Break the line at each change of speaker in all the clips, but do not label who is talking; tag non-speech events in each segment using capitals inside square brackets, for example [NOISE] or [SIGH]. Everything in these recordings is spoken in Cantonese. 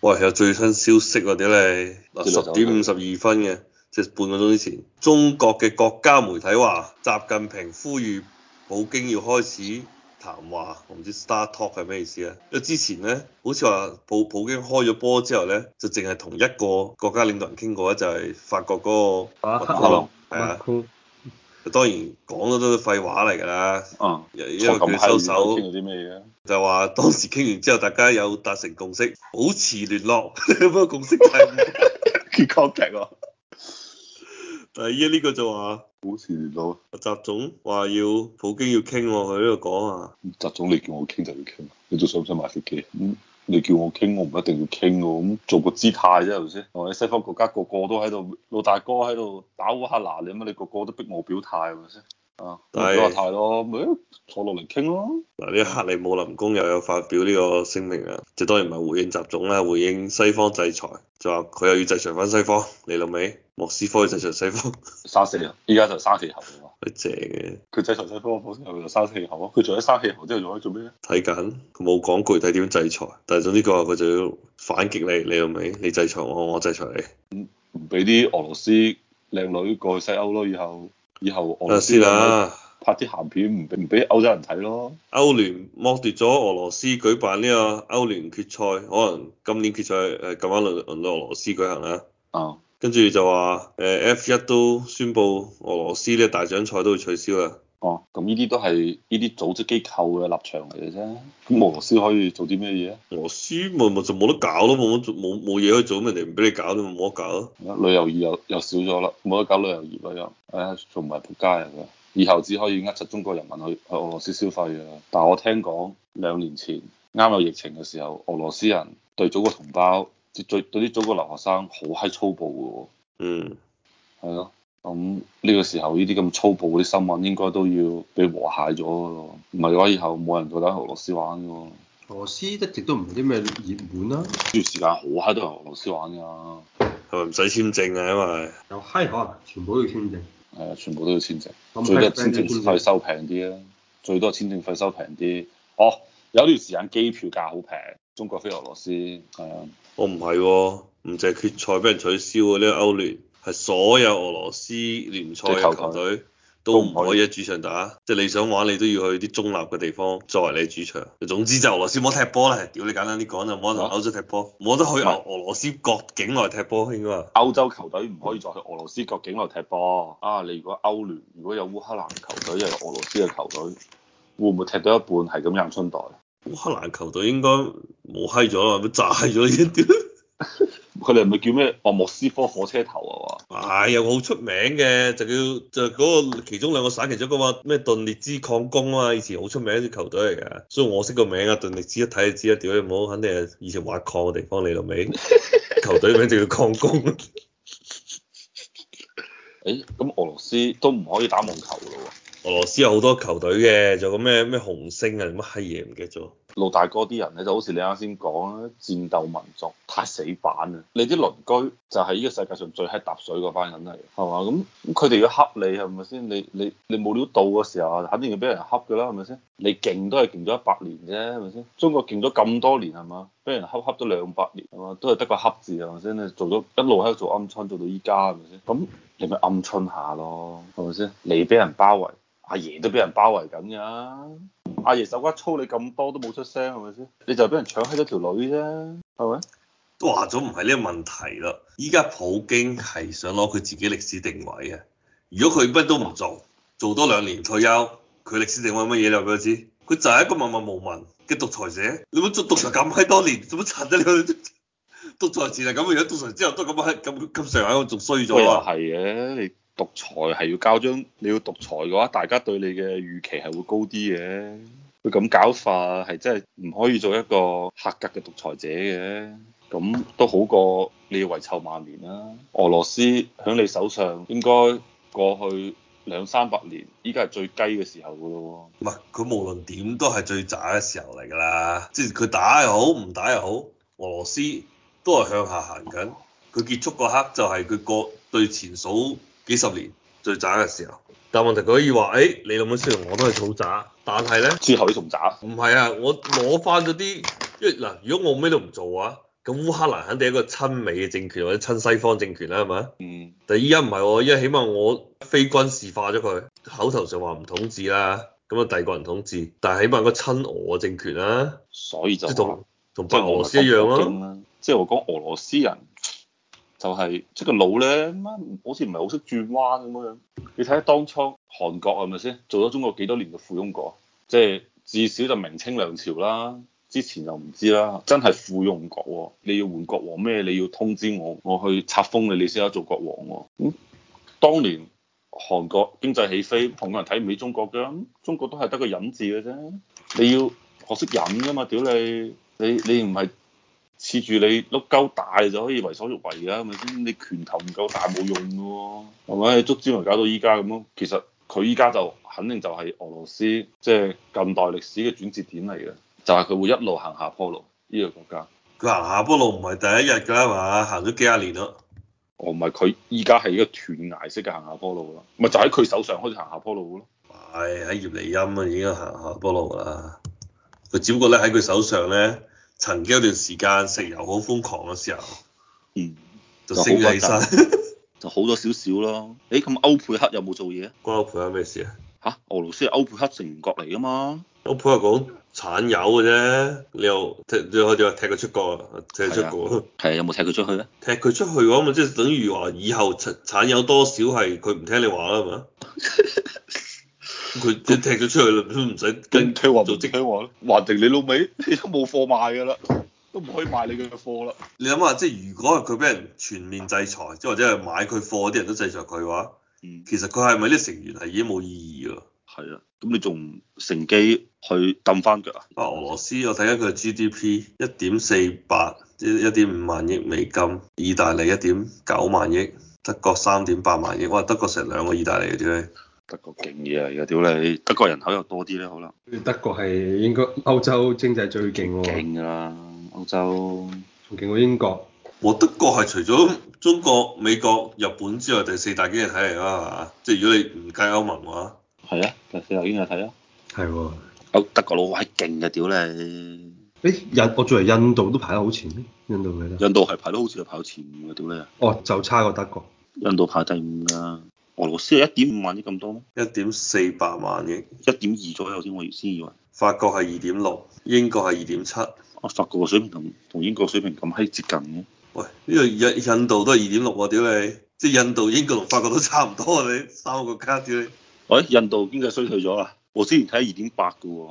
喂，有最新消息喎，屌你！嗱，
邊度
十點五十二分嘅，即係半個鐘之前，中國嘅國家媒體話，習近平呼籲普京要開始談話，我唔知 Star Talk 係咩意思咧？因為之前咧，好似話普普京開咗波之後咧，就淨係同一個國家領導人傾過，就係、法國嗰個
馬克
馬克龍，係
馬
啊，
庫
當然講咗都係廢話嚟㗎啦，
嗯，
啊因為
因為
佢收手
傾。咗啲咩嘢？
就話當時傾完之後，大家有達成共識，保持聯絡。 [LAUGHS] 不過共識就係，
結果踢啊，
但係依家呢個就話
好似連到
習總話要普京要傾喎，佢呢度講啊，
習總，你叫我傾就要傾，啊你仲想唔想買飛機？嗯你叫我傾，我唔一定要傾喎，咁做個姿態啫，係咪先？我哋西方國家個個都喺度，老大哥喺度打烏克蘭，你乜你個個都逼我表態，係咪先？啊，我
係
表下態咯，咪坐落嚟傾咯。
嗱呢克里姆林宮又有發表呢個聲明啊，即係當然唔係回應習總啦，回應西方制裁，就話佢又要制裁翻西方，你老味，莫斯科要制裁西方， [LAUGHS]
生死後，依家就生死後啊嘛。
佢正嘅，
佢制裁西方方式後就生氣候啊！佢做咗生氣候之後仲可以做咩咧？
睇緊，佢冇講具體點制裁，但係總之佢話佢就要反擊你，你老味，你制裁我，我制裁你。
唔俾啲俄羅斯靚女過去西歐咯，以後以後
等
俄
下
羅斯
先啊
靚女
啦。
拍啲鹹片唔俾唔俾歐洲人睇咯。
歐聯剝奪咗俄羅斯舉辦呢個歐聯決賽，可能今年決賽誒咁啱輪輪到俄羅斯舉行啦。
啊，
跟住就話誒 F 一都宣布俄羅斯呢個大獎賽都會取消啊啦。
哦，咁呢啲都係呢啲組織機構嘅立場嚟嘅啫。咁俄羅斯可以做啲咩嘢啊？
俄羅斯咪咪就冇得搞咯，冇冇冇冇嘢可以做，人哋唔俾你搞，你咪冇得搞咯。
旅遊業又又少咗啦，冇得搞旅遊業啦又。唉、仲唔係仆街嚟嘅？以後只可以呃實中國人民去去俄羅斯消費嘅。但我聽講兩年前啱有疫情嘅時候，俄羅斯人對祖國同胞，即對對啲祖國留學生好閪粗暴嘅喎。
嗯，
係咯，咁呢個時候呢啲咁粗暴嗰啲新聞應該都要俾和諧咗嘅咯，唔係嘅話以後冇人夠膽去俄羅斯玩嘅喎。
俄羅斯一直都唔係啲咩啊熱門啦、
呢段時間好閪多人去俄羅斯玩㗎，
係咪唔使簽證啊？因為
有閪可能全部都要簽證。
係啊，全部都要簽證，
咁
最多係
閪 friend
簽
都
證費收平啲啦，最多係簽證費收平啲。哦，有段時間機票價好平，中國飛俄羅斯係啊，
我哦唔係喎，唔淨係決賽俾人取消喎，呢、個歐聯係所有俄羅斯聯賽嘅球隊都唔可以喺主場打，即係你想玩你都要去啲中立嘅地方作為你主場。總之就俄羅斯冇得踢波啦，屌你簡單啲講就冇得同歐洲踢波，冇得去
唔係
俄俄羅斯國境內踢波應該話。
歐洲球隊唔可以再去俄羅斯國境內踢波啊！你如果歐聯如果有烏克蘭球隊又有俄羅斯嘅球隊，會唔會踢到一半係咁扔春袋？
烏克蘭球隊應該冇閪咗啦，咪炸咗已經屌。
佢哋唔係叫咩？哦，莫斯科火車頭啊！話
唉、有個好出名嘅就叫就嗰、個其中兩個省其中嗰個咩頓涅茲礦工啊嘛，以前好出名一支球隊嚟㗎，所以我識個名啊，頓涅茲一睇就知啦，屌你冇，肯定係以前挖礦嘅地方你老味，球隊名就叫礦工，
誒，咁俄羅斯都唔可以打網球噶咯喎。
俄羅斯有好多球隊嘅，仲有個咩咩紅星啊，乜閪嘢唔記得咗，
老大哥啲人咧就好似你啱先講啦，戰鬥民族太死板啦。你啲鄰居就係呢個世界上最閪揼水嗰班人嚟，係嘛？咁咁佢哋要恰你係咪先？你你你冇料到嘅時候，肯定要俾人恰噶啦，係咪先？你勁都係勁咗一百年啫，係咪先？中國勁咗咁多年係嘛？俾人恰恰咗兩百年係嘛？都係得個恰字係咪先？你做咗一路喺度做鵪鶉，做到依家係咪先？咁你咪鵪鶉下咯，係咪先？你俾人包圍，阿爺都俾人包圍緊㗎。阿爺手瓜操你咁多都冇出聲，係咪先？你就係俾人搶起咗條女啫，係咪？
都話咗唔係呢個問題啦，依家普京係想攞佢自己歷史定位啊，如果佢乜都唔做，做多兩年退休，佢歷史定位乜嘢你話俾我知？佢就係一個默默無聞嘅獨裁者，你乜做獨裁咁閪多年，做乜殘得你去？獨裁前係咁嘅樣，獨裁之後都咁閪咁咁上下，仲衰
咁
咗
又
啊！
係嘅，你獨裁係要交張，你要獨裁嘅話，大家對你嘅預期係會高啲嘅。佢咁搞法係真係唔可以做一個合格嘅獨裁者嘅，咁都好過你要遺臭萬年啦。俄羅斯喺你手上應該過去兩三百年，依家係最雞嘅時候噶咯
唔係佢無論點都係最渣嘅時候嚟㗎啦，即係佢打又好，唔打又好，俄羅斯都係向下行緊。佢結束嗰刻就係佢過對前數幾十年最渣嘅時候。但問題佢可以話：，誒、你老母雖然我都係好渣，但係咧
喎。之後你仲渣，
唔係啊，我攞翻嗰啲，因為嗱，如果我咩都唔做啊，咁烏克蘭肯定係一個親美嘅政權或者親西方政權啦，係咪？
嗯，
但依家唔係喎，依家起碼我非軍事化咗佢，口頭上話唔統治啦，咁啊第二個人統治，但係起碼個親俄嘅政權啦，
所以就
即係
話
同同
即
白俄
係我
羅斯一樣啊
講北
咯
京。啦。即係我講俄羅斯人就係即係個腦咧，媽好似唔係好識轉彎咁樣。你睇下當初韓國係咪先做咗中國幾多年嘅附庸國？啊即係至少就明清兩朝啦。之前就唔知啦，真係附庸國喎、你要換國王咩？你要通知我，我去冊封你，你先得做國王喎、咁、當年韓國經濟起飛，韓國人睇唔起中國㗎，咁中國都係得個忍字嘅啫。你要學識忍㗎嘛，屌你！你你唔係恃住你碌鳩大就可以為所欲為㗎，係咪先？你拳頭唔夠大冇用㗎喎、係咪？足之咪搞到依家咁咯。其實佢依家就肯定就係俄羅斯即係、近代歷史嘅轉折點嚟嘅，就係、佢會一路行下坡路呢、個國家。
佢行下坡路唔係第一日㗎啦嘛，行咗幾廿年咯。
我哦唔係佢依家係一個斷崖式嘅行下坡路啦，咪就喺佢手上開始行下坡路咯。
係喺葉利欽啊，已經行下坡路㗎啦。佢只不過咧喺佢手上咧，曾經有段時間石油好瘋狂嘅時候，
嗯，
就升咗起
就好
身。
就好咗少少咯。誒咁歐佩克有冇做嘢啊？
[LAUGHS] 關我配合咩事啊？
嚇、俄羅斯係歐佩克成員國嚟㗎嘛？
我配合講產油嘅啫，你又踢，你開始話踢佢出國，踢佢出啊國，
係啊有冇踢佢出去咧？
踢佢出去嘅話，咪即係等於話以後產產油多少係佢唔聽你話啦，係嘛？佢即係踢咗出去啦，都唔使跟
佢話
組織
佢話，還定你老 [LAUGHS] 味，你都冇貨賣㗎啦，都唔可以賣你嘅貨啦。
你諗下，即係如果係佢俾人全面制裁，即係或者係買佢貨啲人都制裁佢嘅話，
嗯，
其實佢係咪呢成員係已經冇意義㗎？
係啊，咁你仲唔乘機去揼翻腳啊？
啊，俄羅斯我睇緊佢 GDP 一點四八，即一點五萬億美金；意大利一點九萬億，德國三點八萬億。哇，德國成兩個意大利嘅啫。
德國勁嘢嚟㗎，屌你！哦德國人口又多啲咧，可能
德國係應該歐洲經濟最勁喎，
勁㗎啦，歐洲。
仲勁過英國。
我德國係除咗中國、美國、日本之外第四大經濟體嚟啦，係嘛？即係如果你唔計歐盟嘅話，
係啊，第四頭經濟睇啊，
係喎，
歐德國佬好閪勁嘅，屌你！
誒印我作為印度都排得好前，印度記得。
印度係排到好似係排到前五嘅，屌你！
哦，就差過德國。
印度排第五㗎，俄羅斯係一點五萬億咁多咩？
一點四八萬億，
一點二左右先，我先以為。
法國係二點六，英國係二點七。
啊，法國嘅水平同同英國水平咁閪接近嘅。
喂，呢度印印度都係二點六喎，屌你！即係印度、英國同法國都差唔多啊！你三個國家屌你！
喂、印度經濟衰退咗啦，我之前睇二點八嘅喎。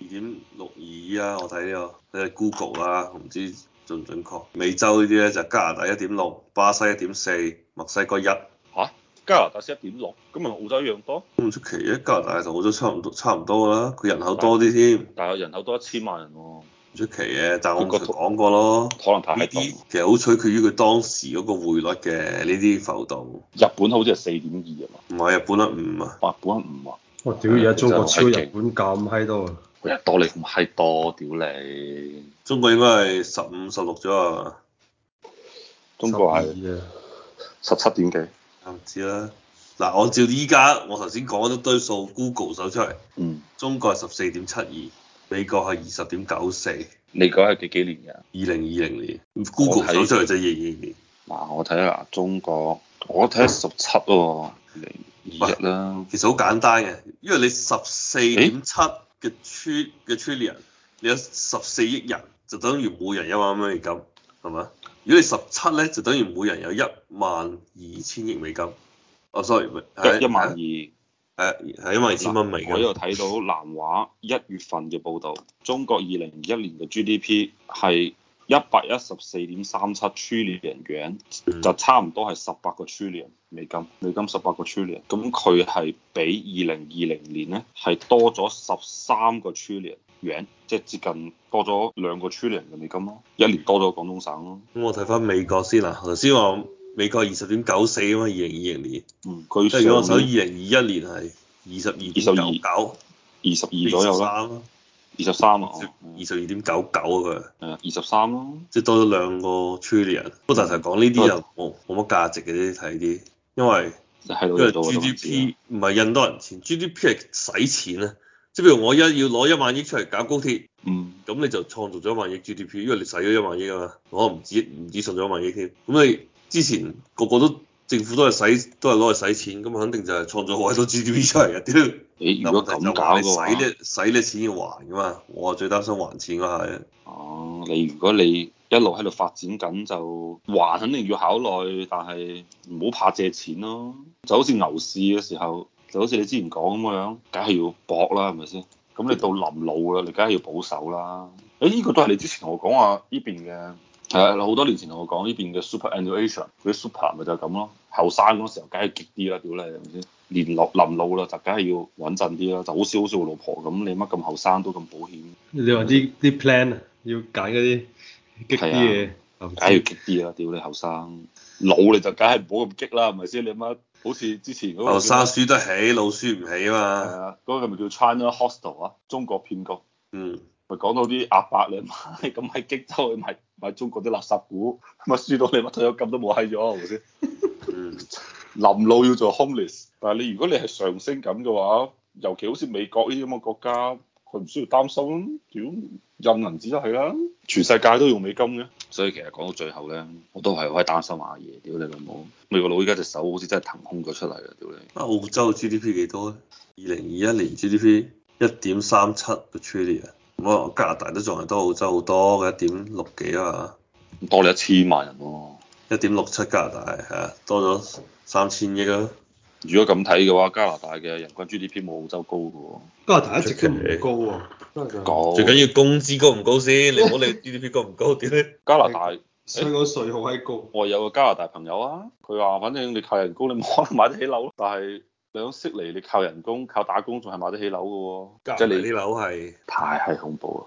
二點六二啊，我睇呢、個，睇 Google 啦，我唔知準唔準確。美洲呢啲咧就加拿大一點六，巴西一點四，墨西哥一，咁
嚇、加拿大先一點六，咁咪澳洲一樣多，
唔出奇嘅。加拿大同澳洲差唔多，差唔多㗎啦，佢人口多啲添，唔
但係人口多一千萬人喎、
出奇嘅。但係我
佢個
咪講過咯，
可能
呢
排喺
啲
度。
其實好取決於佢當時嗰個匯率嘅呢啲浮動，
日本好似係四點二啊嘛，
唔係日本粒五啊。
八本五啊，
我哦屌！而家中國
真係
超
好閪
日本咁閪多啊！
佢人多你咁閪多，屌你！
中國應該係十五十六咗啊，
中國係
12啊
十七點幾，
唔知啦。嗱，按照依家我頭先講嗰堆數，Google 搜出嚟。
嗯，
中國係十四點七二，美國係二十點九四，二
你講係幾幾年㗎？
零二零年
我
Google
睇
走出嚟就係二零二年，
嗱，我睇下中國，我睇下十七喎，零二一啦，
其實好簡單嘅，因為你十四點七嘅 tr 嘅 trillion，你有十四億人，就等於每人一萬蚊美金，係咪？如果你十七咧，就等於每人有一萬二千億美金。哦，sorry，唔係
一一萬二。
誒係一萬二千蚊美
我
金，
呢度睇到南華一月份嘅報導，中國二零二一年嘅 GDP 係一百一十四點三七 trillion 元，
嗯
就差唔多係十八個 trillion 美金，美金十八個 trillion，咁佢係比二零二零年呢係多咗十三個 trillion 元，即係接近多咗兩個 trillion 嘅美金咯，一年多咗廣東省咯。
咁我睇翻美國先啦，頭先話美國二十點九四啊嘛，二零二零年。
嗯，佢
即係如果我手
上
二
年
零二一年係二十二點九九，
二十二左右啦，
啦，
二十三啊，
二十二點九九啊佢，
係啊，二十三咯。
即係多咗兩個 trillion。不過但係講呢啲又冇冇乜價值嘅啫，睇啲，因為
喺
因
度
為
做
GDP 唔係印多人錢，GDP 係使錢啊，即係譬如我一要攞一萬億出嚟搞高鐵，
嗯，
咁你就創造咗一萬億 GDP，因為你使咗一萬億啊嘛，我唔止唔止信咗一萬億添。咁你之前個個都政府都係使都係攞嚟使錢，咁肯定就係創造好多 GDP [LAUGHS] 出嚟嘅。屌，
你如果咁搞嘅話，
使呢使呢錢要還噶嘛，我最擔心還錢嗰下嘅。
哦，你如果你一路喺度發展緊，就還肯定要考慮，但係唔好怕借錢咯。就好似牛市嘅時候，就好似你之前講咁樣，梗係要搏啦，係咪先？咁你到臨老啦，你梗係要保守啦。誒、呢、個都係你之前同我講話呢邊嘅，係啊好多年前同我講呢邊嘅 superannuation，佢啲 super 咪就係咁咯。後生嗰時候梗係激啲啦，屌你係咪先？年落臨老啦，就梗係要穩陣啲啦，就好似好似我老婆咁，你乜咁後生都咁保險。
你話啲啲 plan 啊，要揀嗰啲激啲嘅投
梗係啊要
資，
激啲啦，屌你後生，老你就梗係唔好咁激啦，係咪先？你乜好似之前嗰個
後生
叫
輸得起，老輸唔起
係
啊嘛。
啊，嗰個咪叫 China Hostel 啊，中國騙局，
嗯，
咪講到啲阿伯你媽 [LAUGHS] 咁喺激州去買買中國啲垃圾股，咪輸到你乜退休金都冇閪咗，係咪先？
嗯，
臨老要做 homeless，但係你如果你係上升緊嘅話，尤其好似美國呢啲咁嘅國家，佢唔需要擔心，屌印銀紙都係啦，全世界都用美金嘅。所以其實講到最後咧，我都係好閪擔心阿爺，屌你老母！美國佬依家隻手好似真係騰空咗出嚟啊！屌你！
澳洲 GDP 幾多咧？二零二一年 GDP 一點三七個 trillion，咁啊加拿大都仲係多澳洲好多嘅一點六幾啊嘛。
多你一千萬人喎、
一點六七加拿大係啊，多咗三千億啊！
如果咁睇嘅話，加拿大嘅人均 GDP 冇澳洲高嘅喎、
加拿大一直都唔高喎，加拿大
高
最緊要工資高唔高先，你唔好理 GDP 高唔高，屌你！
加拿大。
香港税好閪高，
我有個加拿大朋友啊，佢話反正你靠人工，你冇可能買得起樓咯。但係你喺悉尼，你靠人工靠打工仲係買得起樓嘅喎、
加
即
埋
係你
啲樓係
太係恐怖啦！